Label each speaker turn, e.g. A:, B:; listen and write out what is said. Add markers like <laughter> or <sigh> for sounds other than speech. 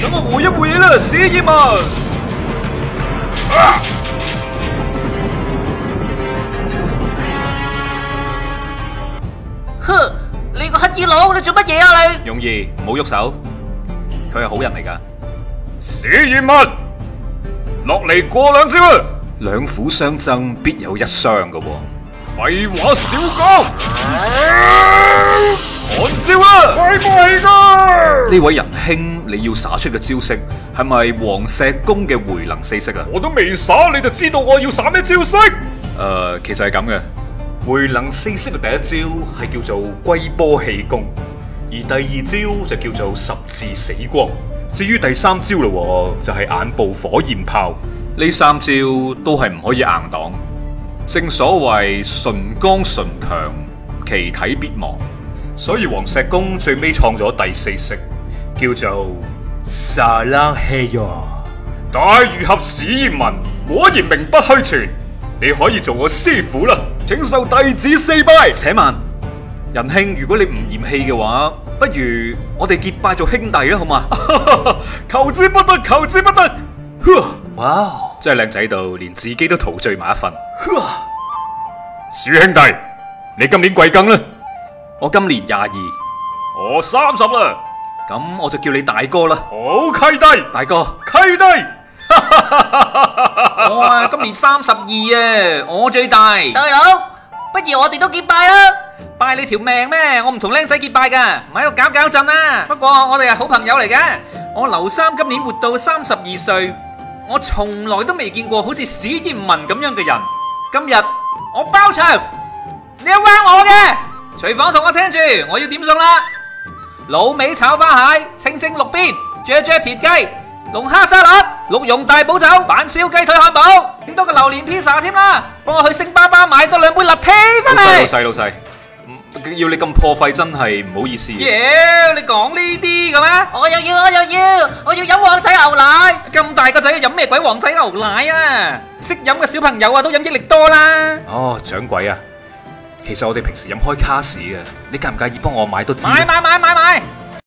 A: 那么我也不会了，谢谢嘛。
B: 哼，你個乞衣佬，你做乜嘢啊你？
A: 容易，唔好喐手，佢係好人嚟噶。史艷文，落嚟過兩招啊！兩虎相爭，必有一傷噶喎。廢話少講，寒招啊！係咪噶？呢位仁兄，你要耍出嘅招式係咪黃石公嘅回能四式啊？我都未耍，你就知道我要耍咩招式？誒、呃其實係咁嘅。回能四式嘅第一招係叫做龜波氣功，而第二招就叫做十字死光。至於第三招咯，就係、眼部火焰炮。呢三招都係唔可以硬擋。正所謂唇剛唇強，其體必亡。所以黃石公最尾創咗第四式，叫做沙拉嘿喲。大儒俠史艷文果然名不虛傳，你可以做我師傅啦，請受弟子四拜。且慢，仁兄，如果你唔嫌棄嘅話，不如我哋結拜做兄弟啦，好嘛？ <laughs> 求之不得，求之不得。哇哦，真係靚仔到，連自己都陶醉埋一份。鼠兄弟，你今年貴庚啦？我今年廿二，我三十啦。咁我就叫你大哥啦。好契弟，大哥，契弟。我啊，今年三十二啊，我最大。 <laughs>
B: 大佬，不如我哋都結拜啦！
C: 拜你條命咩？我唔同僆仔結拜噶，唔喺度搞搞震啦。不過我哋係好朋友嚟嘅。我劉三今年活到三十二歲，我從來都未見過好似史艷文咁樣嘅人。今日我包場，你係屈我嘅。廚房同我聽住，我要點餸啦。老味炒花蟹、清蒸鹿鞭、雀雀田雞、龍蝦沙律、鹿茸大補酒、板燒雞腿漢堡，整多個榴蓮披薩添啦。幫我去星巴巴買多兩杯立鐵翻
A: 老細，
C: 嚟
A: 老。細，老細，唔要你咁破費真係唔好意思。
C: 耶！你講呢啲嘅咩？
B: 我又要，我又要，我要飲旺仔牛奶。
C: 咁大個仔飲咩鬼黃仔牛奶啊？識飲嘅小朋友啊，都飲益力多啦。
A: 哦，掌櫃啊，其實我哋平時飲開卡士嘅，你介唔介意幫我買多支？
C: 買買買買買！